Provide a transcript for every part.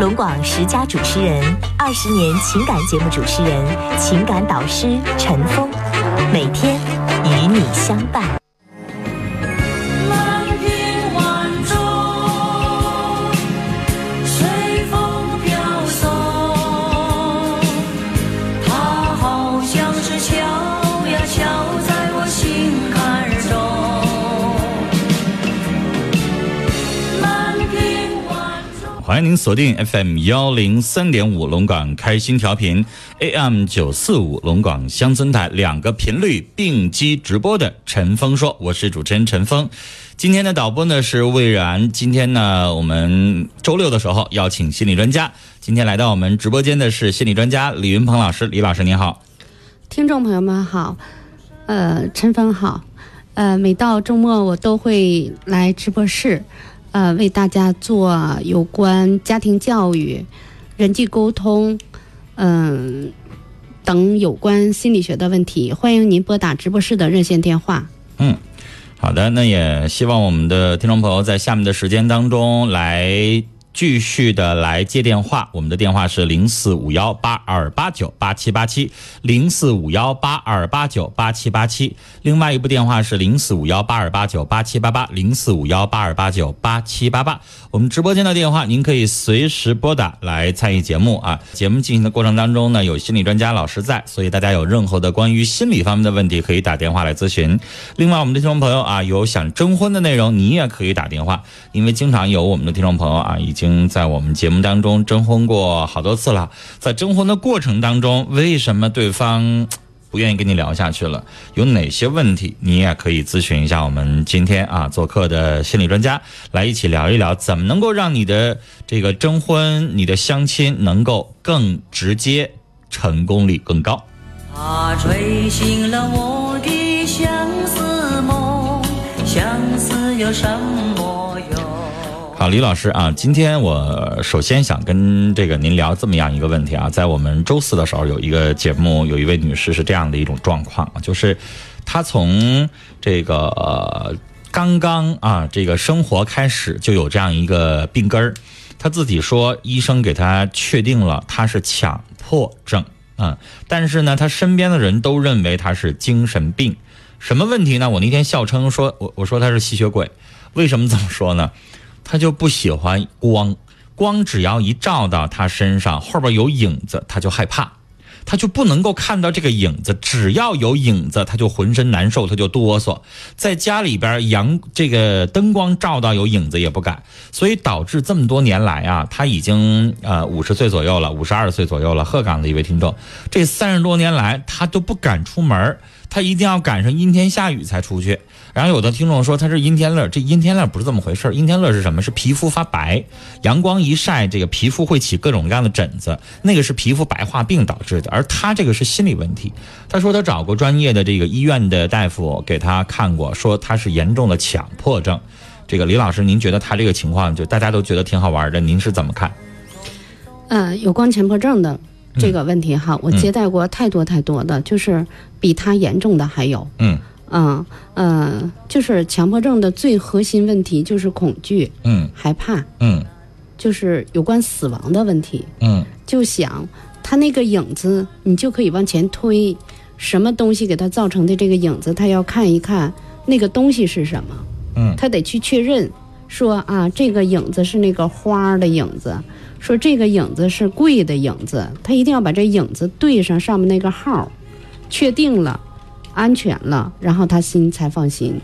龙广十佳主持人，二十年情感节目主持人、情感导师陈峰，每天与你相伴。蓝天晚钟，随风飘送，它好像是敲呀敲在我心坎儿中。蓝天晚钟。欢迎您锁定 FM 幺零三点五龙广开心调频，AM 九四五龙广乡村台两个频率并机直播的陈峰说，我是主持人陈峰。今天的导播呢是魏然，今天呢我们周六的时候邀请心理专家，今天来到我们直播间的是心理专家李云鹏老师，李老师您好。听众朋友们好，呃，陈峰好，呃，每到周末我都会来直播室，呃，为大家做有关家庭教育、人际沟通，嗯、等有关心理学的问题。欢迎您拨打直播室的热线电话。好的，那也希望我们的听众朋友在下面的时间当中来继续的来接电话，我们的电话是零四五幺八二八九八七八七，零四五幺八二八九八七八七，另外一部电话是零四五幺八二八九八七八八，零四五幺八二八九八七八八。我们直播间的电话您可以随时拨打来参与节目啊。节目进行的过程当中呢，有心理专家老师在，所以大家有任何的关于心理方面的问题，可以打电话来咨询。另外，我们的听众朋友啊，有想征婚的内容，你也可以打电话，因为经常有我们的听众朋友啊，已经在我们节目当中征婚过好多次了。在征婚的过程当中，为什么对方不愿意跟你聊下去了，有哪些问题，你也可以咨询一下我们今天啊做客的心理专家，来一起聊一聊，怎么能够让你的这个征婚、你的相亲能够更直接，成功率更高。它吹醒了我的相思梦，相思有什么用？好，李老师啊，今天我首先想跟这个您聊这么样一个问题啊，在我们周四的时候有一个节目，有一位女士是这样的一种状况啊，就是她从这个、呃、刚刚啊这个生活开始就有这样一个病根儿，她自己说医生给她确定了她是强迫症啊、但是呢，她身边的人都认为她是精神病，什么问题呢？我那天笑称说，我我说她是吸血鬼，为什么这么说呢？他就不喜欢光，光只要一照到他身上，后边有影子，他就害怕，他就不能够看到这个影子，只要有影子，他就浑身难受，他就哆嗦。在家里边阳这个灯光照到有影子也不敢，所以导致这么多年来啊，他已经呃五十岁左右了，五十二岁左右了，鹤岗的一位听众，这三十多年来他都不敢出门儿，他一定要赶上阴天下雨才出去。然后有的听众说他是阴天乐，这阴天乐不是这么回事儿阴天乐是什么？是皮肤发白，阳光一晒，这个皮肤会起各种各样的疹子，那个是皮肤白化病导致的，而他这个是心理问题。他说他找过专业的这个医院的大夫给他看过，说他是严重的强迫症。这个李老师，您觉得他这个情况，就大家都觉得挺好玩的，您是怎么看？呃，有关强迫症的这个问题哈，我接待过太多太多的，就是比他严重的还有。嗯嗯呃，就是强迫症的最核心问题就是恐惧、嗯害怕，嗯就是有关死亡的问题。嗯就想他那个影子，你就可以往前推，什么东西给他造成的这个影子，他要看一看那个东西是什么，嗯他得去确认，说啊，这个影子是那个花儿的影子，说这个影子是贵的影子，他一定要把这影子对上上面那个号儿，确定了，安全了，然后他心才放心。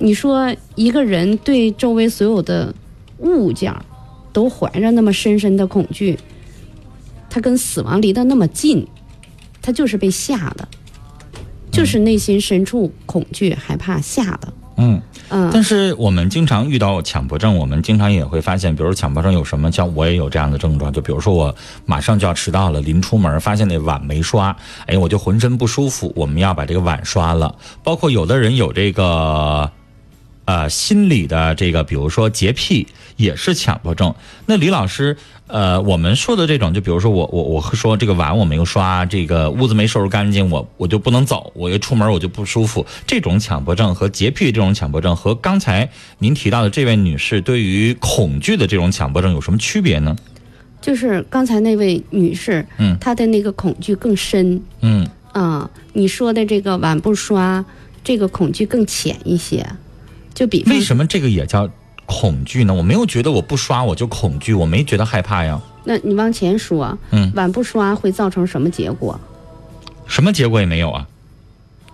你说一个人对周围所有的物件儿都怀着那么深深的恐惧，他跟死亡离得那么近，他就是被吓的，就是内心深处恐惧、害怕、吓的。嗯，嗯，但是我们经常遇到强迫症，我们经常也会发现，比如强迫症有什么，像我也有这样的症状，就比如说我马上就要迟到了，临出门发现那碗没刷，哎，我就浑身不舒服，我们要把这个碗刷了。包括有的人有这个。呃，心理的这个，比如说洁癖也是强迫症。那李老师，呃，我们说的这种，就比如说我我我说这个碗我没有刷，这个屋子没收拾干净，我我就不能走，我一出门我就不舒服。这种强迫症和洁癖这种强迫症，和刚才您提到的这位女士对于恐惧的这种强迫症有什么区别呢？就是刚才那位女士，嗯她的那个恐惧更深，嗯啊、你说的这个碗不刷，这个恐惧更浅一些。就比方为什么这个也叫恐惧呢？我没有觉得我不刷我就恐惧，我没觉得害怕呀。那你往前说，嗯碗不刷会造成什么结果？什么结果也没有啊，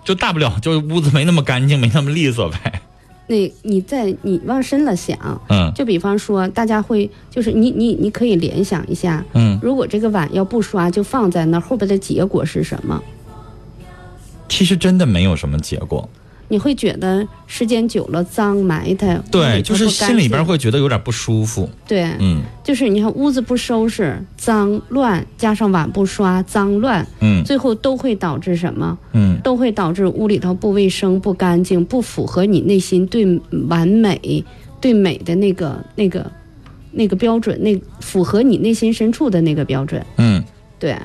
就大不了就是屋子没那么干净，没那么利索呗。那你在你往深了想，嗯就比方说，大家会就是你你你可以联想一下，嗯，如果这个碗要不刷就放在那儿，后边的结果是什么？其实真的没有什么结果。你会觉得时间久了脏埋汰，对，就屋是里头不干心里边净会觉得有点不舒服。对，嗯就是你看屋子不收拾，脏乱，加上碗不刷，脏乱，嗯最后都会导致什么？嗯都会导致屋里头不卫生、不干净，不符合你内心对完美、对美的那个、那个、那个标准，那符合你内心深处的那个标准。嗯，对，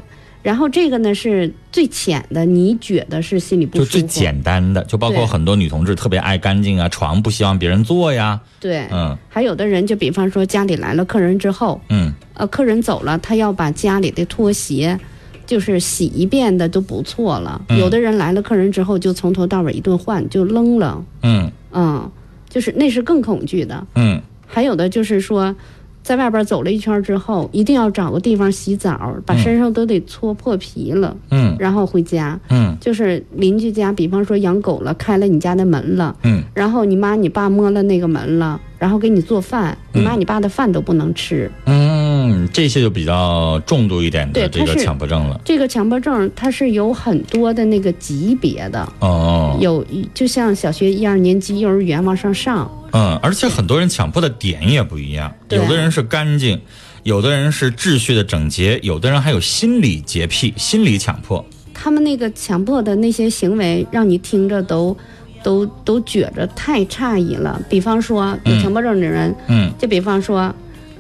然后这个呢是最浅的，你觉得是心里不舒就服，最简单的，就包括对很多女同志特别爱干净啊，床不希望别人坐呀。对。嗯还有的人就比方说家里来了客人之后，嗯呃，客人走了，他要把家里的拖鞋，就是洗一遍的都不错了。嗯有的人来了客人之后，就从头到尾一顿换，就扔了，嗯嗯，就是那是更恐惧的。嗯还有的就是说，在外边走了一圈之后，一定要找个地方洗澡，把身上都得搓破皮了，嗯然后回家。嗯就是邻居家，比方说养狗了，开了你家的门了，嗯，然后你妈你爸摸了那个门了，然后给你做饭，你妈你爸的饭都不能吃。嗯，这些就比较重度一点的对这它个是强迫症了。这个强迫症它是有很多的那个级别的，哦，有就像小学一二年级、幼儿园往上上，嗯，而且很多人强迫的点也不一样，对啊有的人是干净，有的人是秩序的整洁，有的人还有心理洁癖、心理强迫。他们那个强迫的那些行为，让你听着都都都觉着太诧异了。比方说有强迫症的人，嗯就比方说。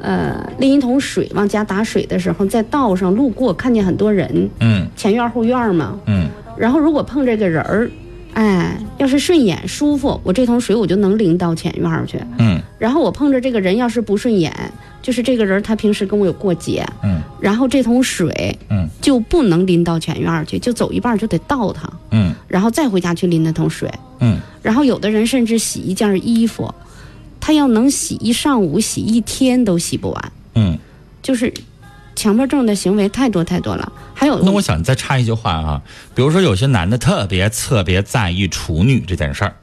呃，拎一桶水往家打水的时候，在道上路过看见很多人，嗯前院后院嘛，嗯然后如果碰这个人儿，哎，要是顺眼舒服，我这桶水我就能淋到前院儿去。嗯然后我碰着这个人要是不顺眼，就是这个人他平时跟我有过节，嗯，然后这桶水嗯就不能拎到前院儿去，就走一半儿就得倒他，嗯然后再回家去拎那桶水。嗯然后有的人甚至洗一件衣服，他要能洗一上午、洗一天都洗不完，嗯。就是强迫症的行为太多太多了。还有那我想再插一句话啊，比如说有些男的特别特别在意处女这件事儿。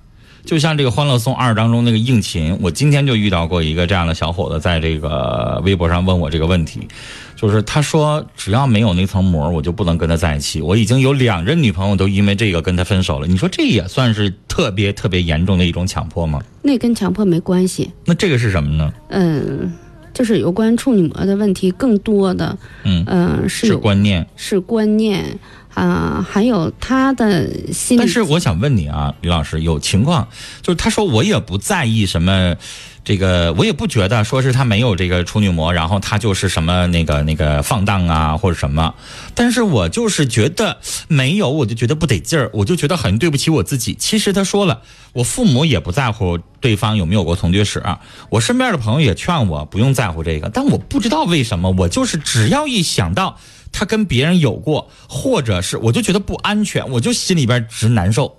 就像这个《欢乐颂二》当中那个应勤，我今天就遇到过一个这样的小伙子，在这个微博上问我这个问题，就是他说只要没有那层膜，我就不能跟他在一起。我已经有两任女朋友都因为这个跟他分手了。你说这也算是特别特别严重的一种强迫吗？那跟强迫没关系，那这个是什么呢？嗯，就是有关处女膜的问题，更多的嗯，嗯、呃是是有观念。是观念啊、还有他的心理。但是我想问你啊，李老师，有情况就是他说我也不在意什么，这个我也不觉得说是他没有这个处女膜，然后他就是什么那个那个放荡啊或者什么，但是我就是觉得没有，我就觉得不得劲儿，我就觉得很对不起我自己。其实他说了，我父母也不在乎对方有没有过同居史、我身边的朋友也劝我不用在乎这个，但我不知道为什么，我就是只要一想到。他跟别人有过，或者是我就觉得不安全，我就心里边直难受。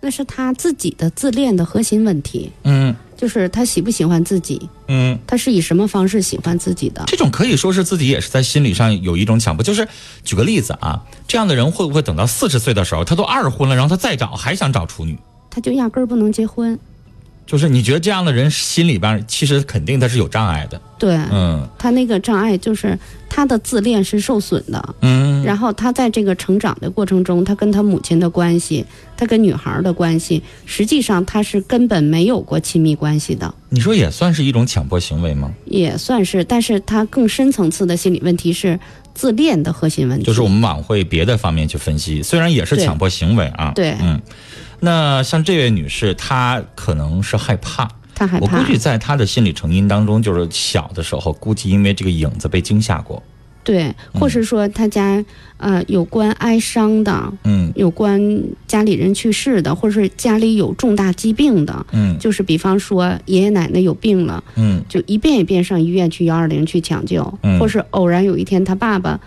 那是他自己的自恋的核心问题。嗯就是他喜不喜欢自己，嗯，他是以什么方式喜欢自己的。这种可以说是自己也是在心理上有一种强迫。就是举个例子啊，这样的人会不会等到四十岁的时候，他都二婚了，然后他再找还想找处女？他就压根儿不能结婚。就是你觉得这样的人心里边其实肯定他是有障碍的，对、嗯他那个障碍就是他的自恋是受损的，嗯然后他在这个成长的过程中，他跟他母亲的关系，他跟女孩儿的关系，实际上他是根本没有过亲密关系的，你说也算是一种强迫行为吗？也算是。但是他更深层次的心理问题是自恋的核心问题，就是我们往会别的方面去分析，虽然也是对强迫行为啊，对嗯，那像这位女士，她可能是害怕，他害我估怕，计在她的心理成因当中，就是小的时候估计因为这个影子被惊吓过，对，嗯或是说他家呃有关哀伤的，嗯有关家里人去世的，或者是家里有重大疾病的，嗯就是比方说爷爷奶奶有病了。嗯就一遍一遍上医院去幺二零去抢救，嗯或是偶然有一天他爸爸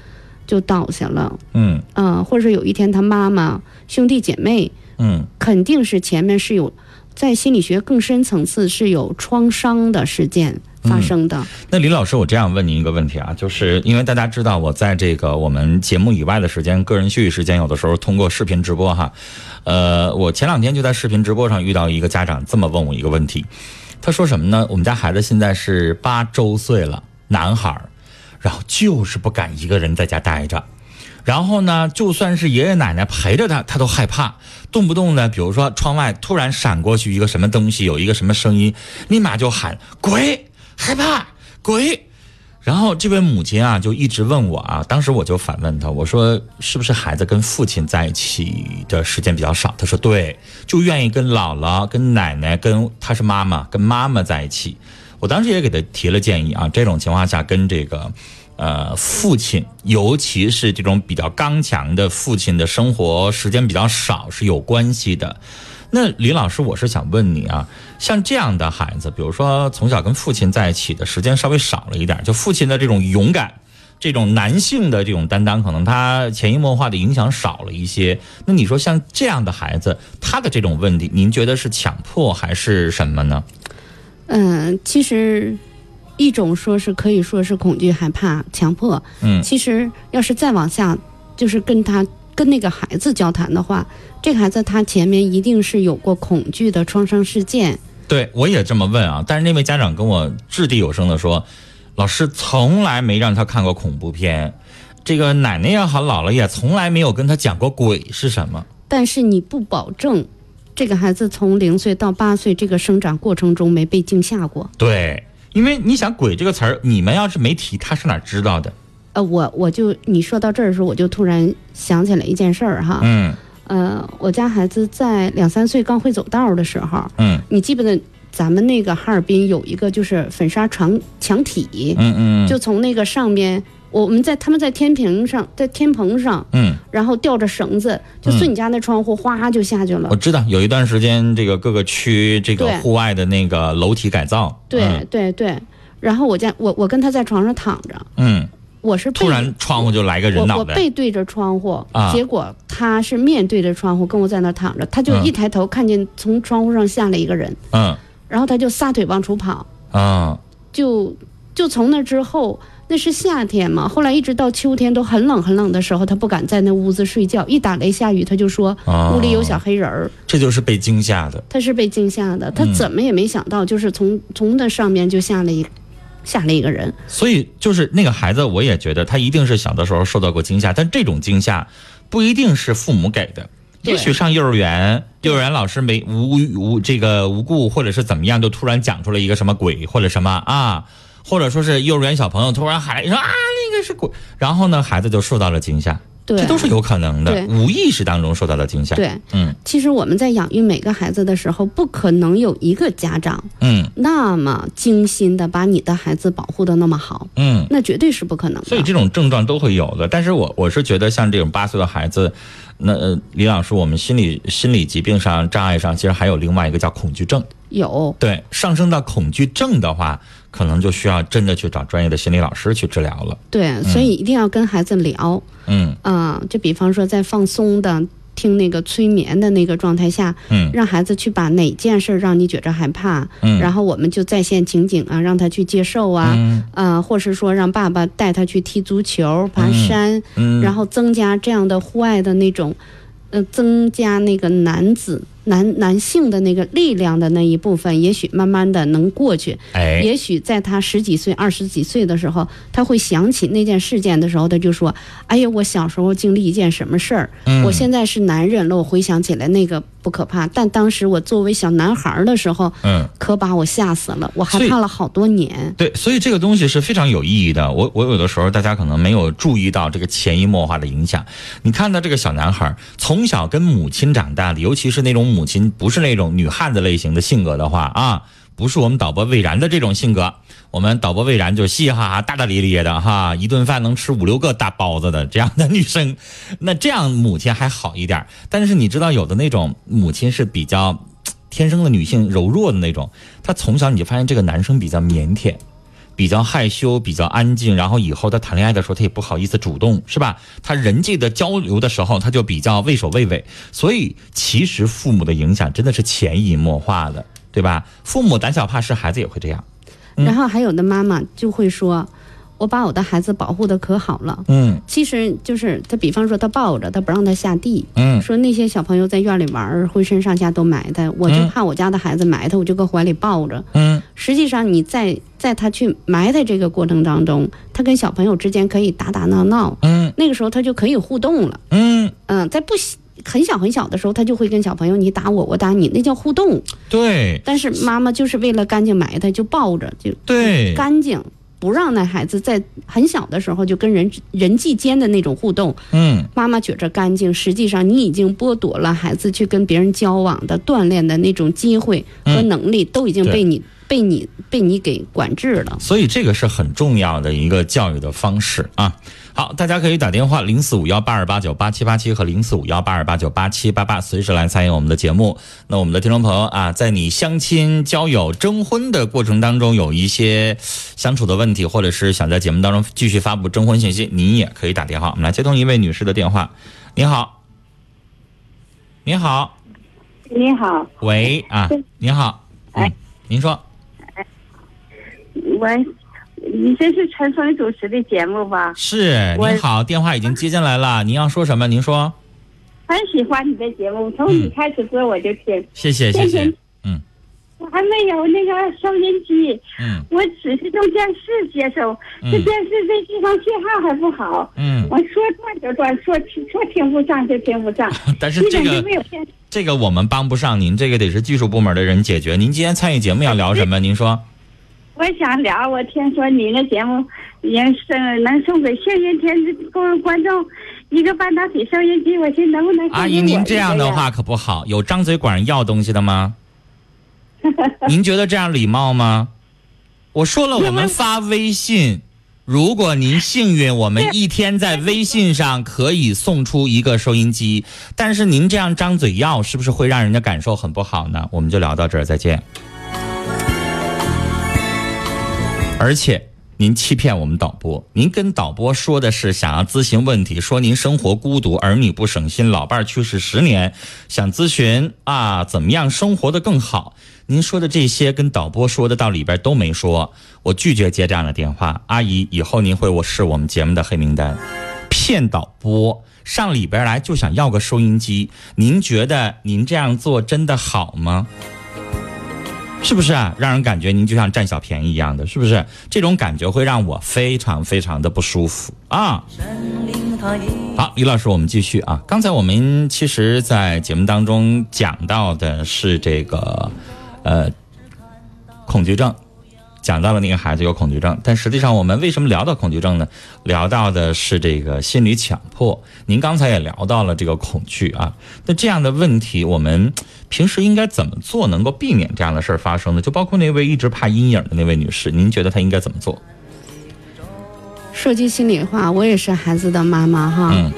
就倒下了，嗯嗯、或者有一天他妈妈、兄弟姐妹，嗯肯定是前面是有在心理学更深层次是有创伤的事件发生的，那李老师，我这样问您一个问题啊，就是因为大家知道，我在这个我们节目以外的时间，个人休息时间，有的时候通过视频直播哈，呃，我前两天就在视频直播上遇到一个家长这么问我一个问题，他说什么呢？我们家孩子现在是八周岁了，男孩儿，然后就是不敢一个人在家待着。然后呢，就算是爷爷奶奶陪着他，他都害怕，动不动呢，比如说窗外突然闪过去一个什么东西，有一个什么声音，立马就喊鬼，害怕鬼。然后这位母亲啊，就一直问我啊，当时我就反问她，我说是不是孩子跟父亲在一起的时间比较少？她说对，就愿意跟姥姥、跟奶奶、跟她是妈妈，跟妈妈在一起。我当时也给她提了建议啊，这种情况下跟这个。呃，父亲，尤其是这种比较刚强的父亲的生活时间比较少是有关系的。那李老师，我是想问你啊，像这样的孩子，比如说从小跟父亲在一起的时间稍微少了一点，就父亲的这种勇敢、这种男性的这种担当，可能他潜移默化的影响少了一些。那你说像这样的孩子，他的这种问题，您觉得是强迫还是什么呢？嗯、其实。一种说是可以说是恐惧、害怕、强迫，嗯其实要是再往下，就是跟他跟那个孩子交谈的话，这个孩子他前面一定是有过恐惧的创伤事件，对，我也这么问啊，但是那位家长跟我掷地有声的说，老师从来没让他看过恐怖片，这个奶奶也好，姥姥也从来没有跟他讲过鬼是什么。但是你不保证这个孩子从零岁到八岁这个生长过程中没被惊吓过。对，因为你想“鬼”这个词儿，你们要是没提，他是哪知道的？呃，我我就你说到这儿的时候，我就突然想起来一件事儿哈，嗯呃，我家孩子在两三岁刚会走道儿的时候，嗯你记不得咱们那个哈尔滨有一个就是粉刷墙墙体，嗯嗯，就从那个上面，我我们在他们在天平上，在天棚上，嗯，然后吊着绳子，就嗯哦顺你家那窗户哗就下去了。我知道有一段时间，这个各个区这个对户外的那个楼体改造，对、嗯对对，然后我家我我跟他在床上躺着，嗯，我是背突然窗户就来个人我脑我袋，背对着窗户，啊结果他是面对着窗户跟我在那躺着，他就嗯一抬头看见从窗户上下来一个人，嗯然后他就撒腿往出跑，嗯，就就从那之后。那是夏天嘛，后来一直到秋天都很冷很冷的时候，他不敢在那屋子睡觉，一打雷下雨他就说哦屋里有小黑人儿，这就是被惊吓的，他是被惊吓的，他嗯怎么也没想到，就是从从那上面就下了一下了一个人，所以就是那个孩子，我也觉得他一定是小的时候受到过惊吓，但这种惊吓不一定是父母给的。对也许上幼儿园，幼儿园老师没无无这个无故或者是怎么样，就突然讲出了一个什么鬼或者什么啊，或者说是幼儿园小朋友突然喊一声啊，那个是鬼，然后呢，孩子就受到了惊吓，对，这都是有可能的，对无意识当中受到了惊吓。，对。嗯其实我们在养育每个孩子的时候，不可能有一个家长嗯那么精心的把你的孩子保护的那么好，嗯。那绝对是不可能的。所以这种症状都会有的。但是我我是觉得，像这种八岁的孩子，那、呃、李老师，我们心理心理疾病上障碍上，其实还有另外一个叫恐惧症。有对，上升到恐惧症的话，可能就需要真的去找专业的心理老师去治疗了。对，所以一定要跟孩子聊。嗯嗯、就比方说在放松的听那个催眠的那个状态下，嗯让孩子去把哪件事儿让你觉着害怕，嗯然后我们就再现情景啊，让他去接受啊，嗯呃，或是说让爸爸带他去踢足球、爬嗯山，嗯，然后增加这样的户外的那种，呃，增加那个男子男男性的那个力量的那一部分，也许慢慢的能过去。哎，也许在他十几岁、二十几岁的时候，他会想起那件事件的时候，他就说：“哎呀，我小时候经历一件什么事儿，嗯我现在是男人了，我回想起来那个不可怕，但当时我作为小男孩儿的时候，嗯。可把我吓死了，我害所以怕了好多年。”对，所以这个东西是非常有意义的。我我有的时候大家可能没有注意到这个潜移默化的影响。你看到这个小男孩儿从小跟母亲长大的，尤其是那种母亲不是那种女汉子类型的性格的话啊，不是我们导播魏然的这种性格。我们导播魏然就嘻嘻哈哈、大大咧咧的哈，一顿饭能吃五六个大包子的这样的女生，那这样母亲还好一点儿。但是你知道，有的那种母亲是比较天生的女性柔弱的那种，她从小你就发现这个男生比较腼腆，比较害羞，比较安静，然后以后他谈恋爱的时候，他也不好意思主动，是吧？他人际的交流的时候，他就比较畏首畏尾。所以，其实父母的影响真的是潜移默化的，对吧？父母胆小怕事，孩子也会这样。嗯然后还有的妈妈就会说：“我把我的孩子保护的可好了。嗯”其实就是他，比方说他抱着他不让他下地，嗯说那些小朋友在院里玩儿，浑身上下都埋汰，我就嗯怕我家的孩子埋汰，我就搁怀里抱着。嗯，实际上你在在他去埋汰这个过程当中，他跟小朋友之间可以打打闹闹，嗯那个时候他就可以互动了。嗯，嗯、在不喜很小很小的时候，他就会跟小朋友你打我，我打你，那叫互动。对但是妈妈就是为了干净埋汰，就抱着就对，干净，不让那孩子在很小的时候就跟人人际间的那种互动。嗯妈妈觉着干净，实际上你已经剥夺了孩子去跟别人交往的锻炼的那种机会和能力，都已经被你被你被你给管制了。所以这个是很重要的一个教育的方式啊。好，大家可以打电话零四五幺八二八九八七八七和零四五幺八二八九八七八八，随时来参与我们的节目。那我们的听众朋友啊，在你相亲、交友、征婚的过程当中，有一些相处的问题，或者是想在节目当中继续发布征婚信息，你也可以打电话。我们来接通一位女士的电话。你好，你好，你好，喂啊，你好，嗯，您说，我，你这是陈峰主持的节目吧？是，我您好，电话已经接进来 了，您要说什么？您说，很喜欢你的节目，从嗯你开始播我就听，谢谢，谢谢，嗯我还没有那个收音机，嗯我只是用电视接收，嗯这电视这地方信号还不好，嗯，我说断就断，说听说听不上就听不上， 但是基这本就个没有电。这个我们帮不上您，这个得是技术部门的人解决。您今天参与节目要聊什么？您说，我想聊，我听说你那节目也是能送给幸运天众观众一个半导体收音机，我寻思能不能送给阿姨我您一这个样的呀话可不好，有张嘴管人要东西的 吗？您觉得这样礼貌吗？我说了，我们发微信，如果您幸运，我们一天在微信上可以送出一个收音机。但是您这样张嘴要，是不是会让人家感受很不好呢？我们就聊到这儿，再见。而且您欺骗我们导播，您跟导播说的是想要咨询问题，说您生活孤独，儿女不省心，老伴儿去世十年，想咨询啊怎么样生活的更好。您说的这些跟导播说的到里边都没说，我拒绝接这样的电话。阿姨，以后您会我是我们节目的黑名单。骗导播上里边来就想要个收音机，您觉得您这样做真的好吗？是不是啊？让人感觉您就像占小便宜一样的，是不是？这种感觉会让我非常非常的不舒服啊！神灵它一好，李老师，我们继续啊。刚才我们其实，在节目当中讲到的是这个，呃，恐惧症，讲到了那个孩子有恐惧症，但实际上我们为什么聊到恐惧症呢？聊到的是这个心理强迫。您刚才也聊到了这个恐惧啊，那这样的问题，我们平时应该怎么做能够避免这样的事儿发生呢？就包括那位一直怕阴影的那位女士，您觉得她应该怎么做？说句心里话，我也是孩子的妈妈哈。嗯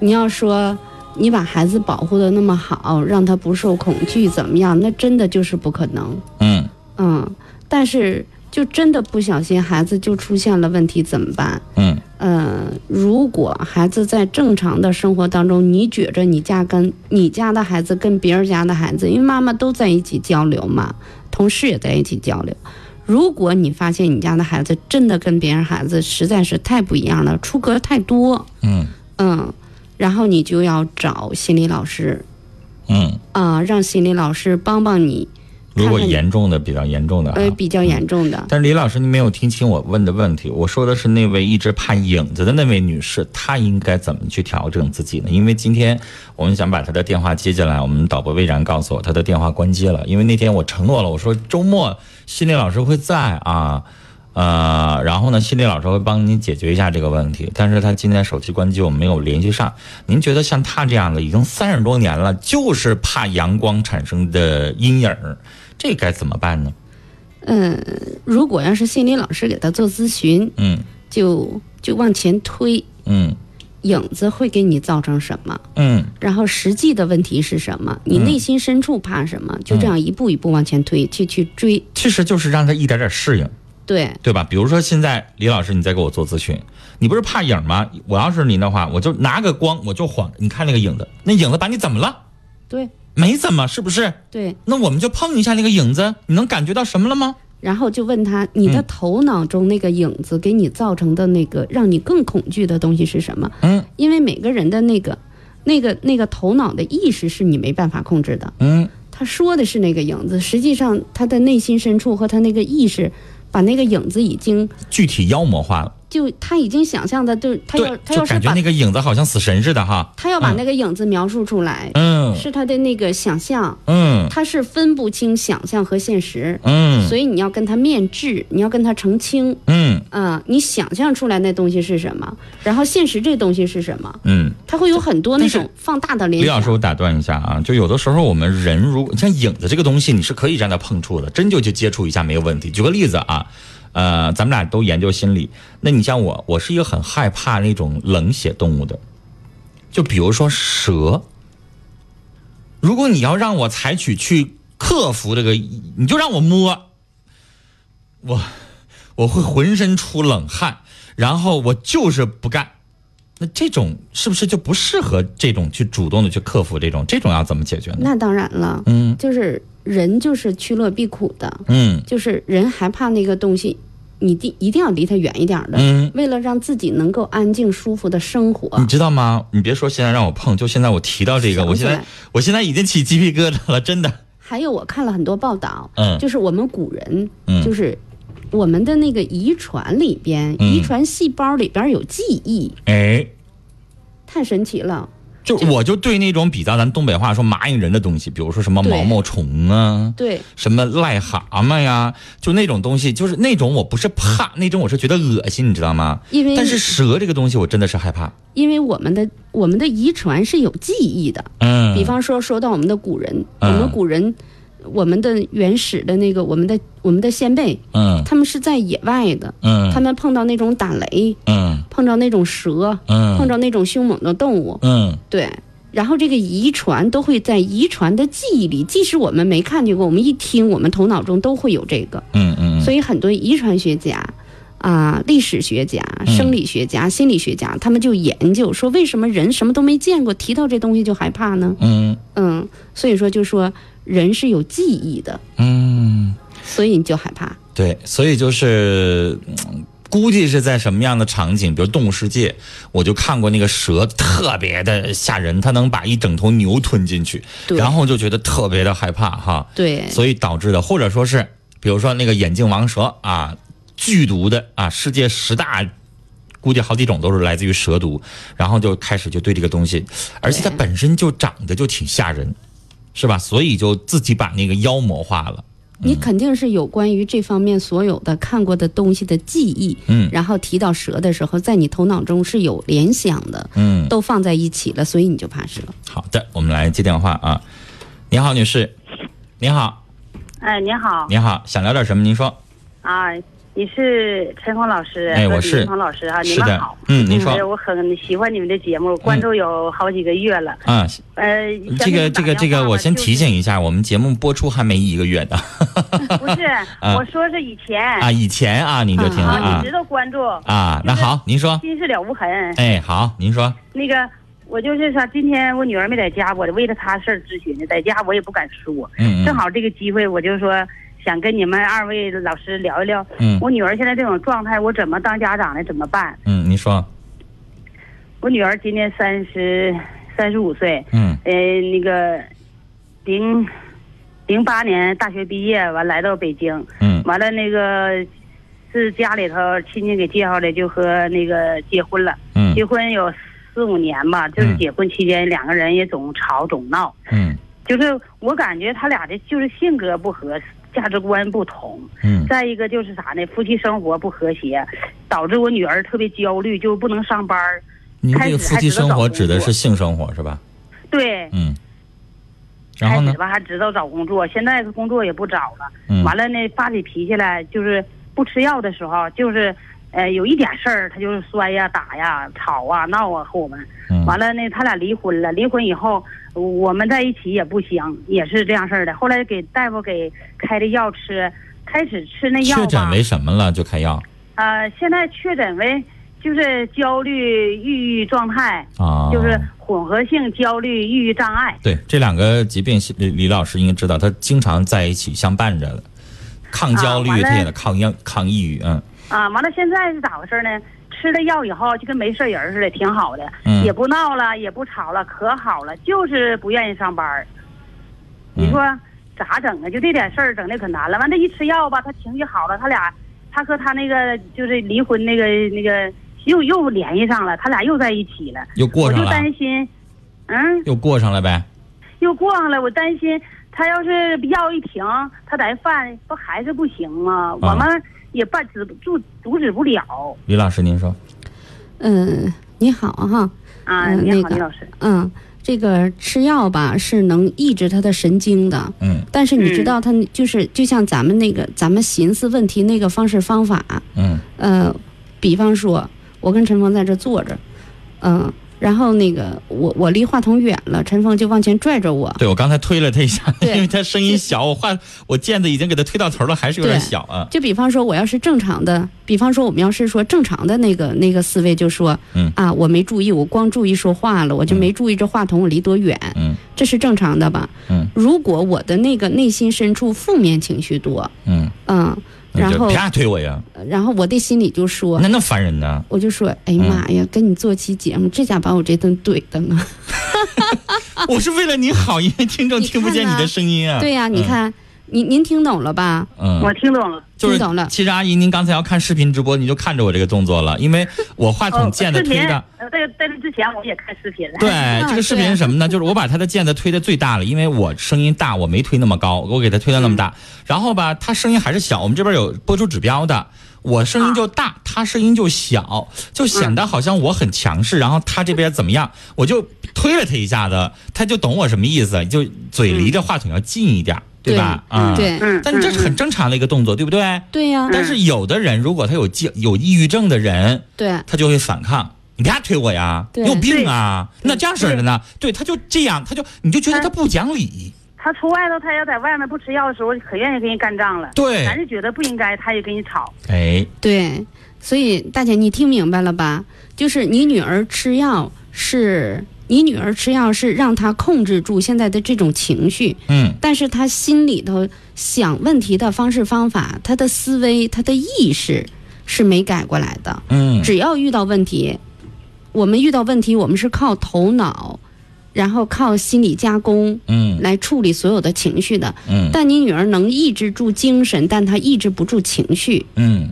你要说你把孩子保护的那么好，让他不受恐惧，怎么样？那真的就是不可能。嗯嗯，但是就真的不小心孩子就出现了问题怎么办？嗯呃，如果孩子在正常的生活当中，你觉着你家跟你家的孩子跟别人家的孩子，因为妈妈都在一起交流嘛，同事也在一起交流。如果你发现你家的孩子真的跟别人孩子实在是太不一样了，出格太多，嗯嗯，然后你就要找心理老师嗯，啊、让心理老师帮帮你，如果看看你严重的比较严重的啊，呃，比较严重的。但是李老师，你没有听清我问的问题。我说的是那位一直怕影子的那位女士，她应该怎么去调整自己呢？因为今天我们想把她的电话接进来，我们导播魏然告诉我她的电话关机了。因为那天我承诺了，我说周末心理老师会在啊，呃，然后呢，心理老师会帮您解决一下这个问题。但是她今天手机关机，我们没有联系上。您觉得像她这样的，已经三十多年了，就是怕阳光产生的阴影儿，这该怎么办呢？嗯，如果要是心理老师给他做咨询，嗯就就往前推，嗯。影子会给你造成什么，嗯然后实际的问题是什么，你内心深处怕什么，就这样一步一步往前推，去去追。其实就是让他一点点适应，对，对吧？比如说现在李老师，你在给我做咨询，你不是怕影吗？我要是您的话，我就拿个光，我就晃，你看那个影子，那影子把你怎么了？对，没怎么，是不是？对。那我们就碰一下那个影子，你能感觉到什么了吗？然后就问他，你的头脑中那个影子给你造成的那个让你更恐惧的东西是什么？嗯因为每个人的那个、那个、那个头脑的意识是你没办法控制的。嗯他说的是那个影子，实际上他的内心深处和他那个意识，把那个影子已经具体妖魔化了，就他已经想象的，就是他要对，他就要是感觉把那个影子好像死神似的哈。他要把那个影子描述出来，嗯是他的那个想象，嗯他是分不清想象和现实，嗯所以你要跟他面质，你要跟他澄清，嗯啊、你想象出来那东西是什么，然后现实这东西是什么，嗯。他会有很多那但是种放大的联李老想师，。我打断一下啊，就有的时候我们人如像影子这个东西，你是可以让它碰触的，真就去接触一下没有问题。举个例子啊，呃，咱们俩都研究心理，那你像我，我是一个很害怕那种冷血动物的，就比如说蛇。如果你要让我采取去克服这个，你就让我摸，我我会浑身出冷汗，然后我就是不干。那这种是不是就不适合这种去主动的去克服这种？这种要怎么解决呢？那当然了，嗯就是人就是趋乐避苦的，嗯就是人害怕那个东西，你第一定要离它远一点儿的，嗯，为了让自己能够安静舒服的生活。你知道吗？你别说现在让我碰，就现在我提到这个，想我起现在来我现在已经起鸡皮疙瘩了，真的。还有，我看了很多报道，嗯就是我们古人，嗯就是我们的那个遗传里边，嗯遗传细胞里边有记忆，哎，太神奇了。就我就对那种比较咱东北话说麻硬人的东西，比如说什么对毛毛虫啊，对，什么癞蛤蟆呀，就那种东西，就是那种我不是怕，那种我是觉得恶心，你知道吗？因为但是蛇这个东西我真的是害怕。因为我们的我们的遗传是有记忆的，嗯，比方说说到我们的古人，嗯我们古人，我们的原始的那个我们的我们的先辈，嗯他们是在野外的，嗯他们碰到那种打雷，嗯碰到那种蛇，嗯碰到那种凶猛的动物，嗯对。然后这个遗传都会在遗传的记忆里，即使我们没看见过，我们一听，我们头脑中都会有这个。嗯嗯，所以很多遗传学家啊、历史学家、嗯生理学家、心理学家，他们就研究说，为什么人什么都没见过，提到这东西就害怕呢？嗯嗯，所以说就说人是有记忆的，嗯。所以你就害怕。对，所以就是。嗯估计是在什么样的场景，比如动物世界，我就看过那个蛇特别的吓人，它能把一整头牛吞进去，对然后就觉得特别的害怕哈，哎对所以导致的，或者说是，比如说那个眼镜王蛇啊，剧毒的啊，世界十大，估计好几种都是来自于蛇毒，然后就开始就对这个东西，而且它对本身就长得就挺吓人，是吧？所以就自己把那个妖魔化了，你肯定是有关于这方面所有的看过的东西的记忆，嗯然后提到蛇的时候，在你头脑中是有联想的，嗯。都放在一起了，所以你就怕蛇。好的，我们来接电话啊。您好，女士。您好，哎，你好您好，想聊点什么？您说。啊，你是陈峰老师，哎我和是李鹏老师哈、你是们的好。，嗯，您是说，我很喜欢你们的节目，关注有好几个月了。啊，呃，想这给个这你打个这电话个，吧我先提。就是醒一下，我们节目播出还没一个月呢，不 是，我说是以前啊，以前啊您就听了啊，啊一直都关注，啊，那好，您说，心事了无痕。哎，好，您说，那个，我就是说，今天我女儿没在家，我为了她事儿咨询的，在家我也不敢说。嗯嗯正好这个机会，我就说想跟你们二位老师聊一聊，嗯我女儿现在这种状态，我怎么当家长的怎么办？嗯，您说，我女儿今年三十三十五岁，嗯呃，那个零零八年大学毕业，完来到北京，嗯完了那个是家里头亲戚给介绍的，就和那个结婚了。嗯结婚有四五年吧，就是嗯结婚期间两个人也总吵总闹，嗯就是我感觉他俩的就是性格不合，价值观不同，嗯再一个就是啥呢，夫妻生活不和谐，导致我女儿特别焦虑，就不能上班儿。您开这个始夫还妻知道生找活工指的作是性生活是吧？对，嗯，然后开呢始？吧还知道找工作，现在工作也不找了。嗯完了呢，发起脾气来，就是不吃药的时候，就是呃有一点事儿，他就是摔呀、打呀、吵啊、闹啊和我们。嗯完了呢，他俩离婚了。离婚以后，我们在一起也不香，也是这样事儿的。后来给大夫给开的药吃，开始吃那药确诊吧，为什么了就开药呃，现在确诊为就是焦虑、抑郁状态，啊？就是混合性焦虑、抑郁障碍。对这两个疾病，李李老师应该知道，他经常在一起相伴着的，抗焦虑啊完了他也得抗抑抗抑郁，嗯啊，完了现在是咋回事呢？吃了药以后就跟没事人似的，挺好的，嗯也不闹了，也不吵了，可好了，就是不愿意上班儿。嗯你说咋整啊？就这点事儿整的可难了。完，他一吃药吧，他情绪好了，他俩，他和他那个就是离婚那个那个又又联系上了，他俩又在一起了。又过我上就了，担心，嗯，又过上了呗。又过上了，我担心他要是药一停，他再犯不还是不行吗？啊我们也办止阻阻止不了。李老师，您说，嗯，你好哈，啊，嗯你那好，个李老师。嗯，这个吃药吧是能抑制他的神经的，嗯但是你知嗯道他就是就像咱们那个咱们寻思问题那个方式方法，嗯呃，比方说，我跟陈峰在这坐着，嗯、然后那个我我离话筒远了，陈峰就往前拽着我，对我刚才推了他一下，因对为他声音小，我话我毽子已经给他推到头了，还是有点对小啊。就比方说，我要是正常的，比方说我们要是说正常的那个那个思维，就说，嗯啊，我没注意，我光注意说话了，我就没注意这话筒我离多远，嗯这是正常的吧？嗯如果我的那个内心深处负面情绪多，嗯，嗯，那然就后啪推我呀，然后我的心里就说。那那嗯烦人呢。我就说，哎呀妈呀，跟你做期节目，这家把我这顿怼的呢。我是为了你好，因为听众你听不看见你呐的声音啊。对啊呀、你嗯，看，您您听懂了吧？嗯，我听懂了，就是听懂了其实阿姨，您刚才要看视频直播，你就看着我这个动作了，因为我话筒哦，键视的频推的。呃在在这之前我也看视频了。对，啊这个视频对是什么呢？就是我把他的键子推的最大了，因为我声音大，我没推那么高，我给他推到那么大。然后吧，他声音还是小，我们这边有播出指标的，我声音就大，他声音就小，就显得好像我很强势，然后他这边怎么样，我就推了他一下子，他就懂我什么意思，就嘴离着话筒要近一点，对吧？啊、对嗯，但是这是很正常的一个动作，对不对？对呀、但是有的人，如果他有焦有抑郁症的人，对他就会反抗。你别推我呀！你对有病啊！那这样式儿的呢？对，他就这样，他就你就觉得他不讲理。他出外头，他要在外面不吃药的时候，可愿意跟人干仗了。对咱是觉得不应该，他也跟你吵。哎，对，所以大姐，你听明白了吧？就是你女儿吃药是。你女儿吃药是让她控制住现在的这种情绪，嗯但是她心里头想问题的方式方法，她的思维、她的意识是没改过来的。嗯，只要遇到问题，我们遇到问题，我们是靠头脑，然后靠心理加工嗯来处理所有的情绪的。嗯但你女儿能抑制住精神，但她抑制不住情绪，嗯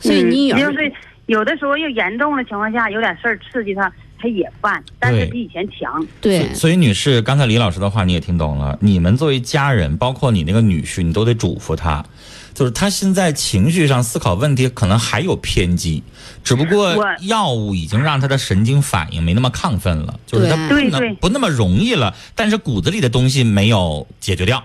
所以你女嗯儿、就是有的时候又严重的情况下，有点事儿刺激他，他也犯，但是对比以前强。对所以女士，刚才李老师的话你也听懂了。你们作为家人，包括你那个女婿，你都得嘱咐他，就是他现在情绪上思考问题可能还有偏激，只不过我药物已经让他的神经反应没那么亢奋了，就是他不对对能对不那么容易了，但是骨子里的东西没有解决掉。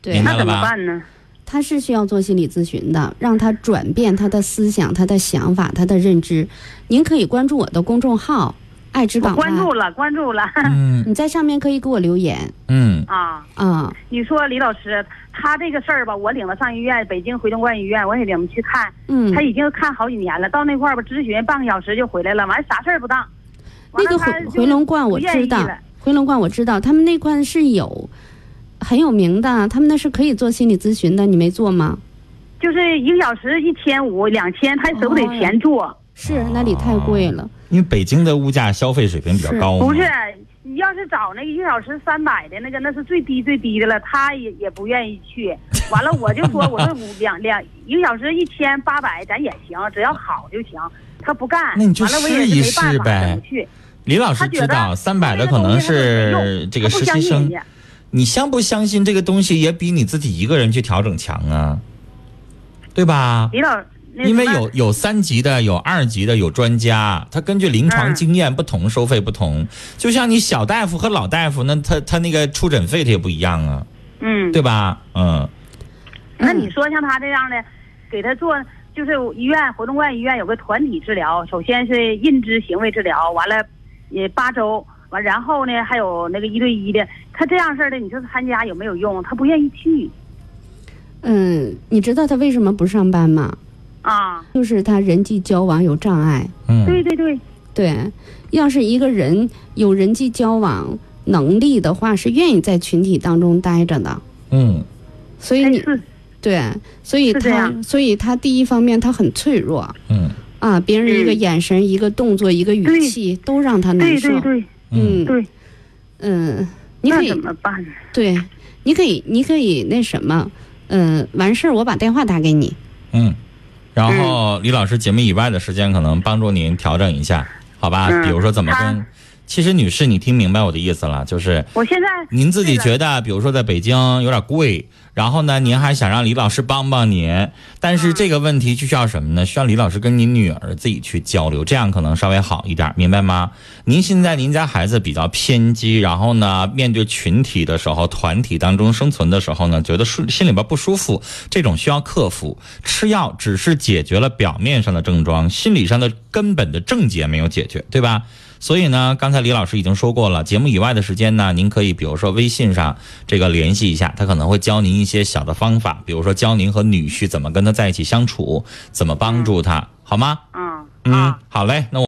对明白了那怎么吧办呢？他是需要做心理咨询的，让他转变他的思想、他的想法、他的认知。您可以关注我的公众号“爱之我港关湾注了，关注了嗯”，你在上面可以给我留言嗯 啊。啊、你说李老师，他这个事儿吧，我领他上医院，北京回动观医院，我也领他去看，嗯，他已经看好几年了，到那块儿吧，咨询半个小时就回来了，完啥事儿不当。完那了个他回就回龙观我不愿知意道了，回龙观我知道，他们那块是有很有名的，他们那是可以做心理咨询的，你没做吗？就是一个小时一千五、两千，他舍不得钱做。哦是，啊那里太贵了。因为北京的物价消费水平比较高嘛，不是，你要是找那个一个小时三百的那个，那是最低最低的了，他也也不愿意去。完了，我就 说，我说五两两一个小时一千八百，咱也行，只要好就行。他不干，那你就完了我试也一没办试法呗怎么去。李老师他觉知得道，三百的那个可能东西他没是用这个他不实习相信生人家，你相不相信这个东西也比你自己一个人去调整强啊，对吧？李老，那因为什么有有三级的，有二级的，有专家，他根据临床嗯经验不同，收费不同。就像你小大夫和老大夫，那他他那个出诊费他也不一样啊，嗯，对吧？嗯，那你说像他这样的，给他做就是医院活动外医院有个团体治疗，首先是认知行为治疗，完了也八周，完然后呢还有那个一对一的。他这样式儿的，你说参加有没有用？他不愿意去嗯，你知道他为什么不上班吗？啊！就是他人际交往有障碍。嗯，对对对，对，要是一个人有人际交往能力的话，是愿意在群体当中待着的。嗯，所以哎你是对，所以是这他，样所以他第一方面他很脆弱嗯，啊，别人一个嗯眼神、一个动作、一个语对气都让他难对受。对对嗯，对，嗯，你可那以怎么办呢？对，你可以，你可以那什么，嗯，完事儿我把电话打给你。嗯，然后李老师节目以外的时间可能帮助您调整一下，好吧？嗯比如说怎么跟他，其实女士你听明白我的意思了，就是我现在您自己这个觉得，比如说在北京有点贵，然后呢，您还想让李老师帮帮您，但是这个问题就需要什么呢？需要李老师跟您女儿自己去交流，这样可能稍微好一点，明白吗？您现在您家孩子比较偏激，然后呢，面对群体的时候、团体当中生存的时候呢，觉得舒心里边不舒服，这种需要克服。吃药只是解决了表面上的症状，心理上的根本的症结没有解决，对吧？所以呢，刚才李老师已经说过了，节目以外的时间呢，您可以比如说微信上这个联系一下，他可能会教您一些小的方法，比如说教您和女婿怎么跟他在一起相处，怎么帮助他，好吗？嗯嗯啊，好嘞，那我。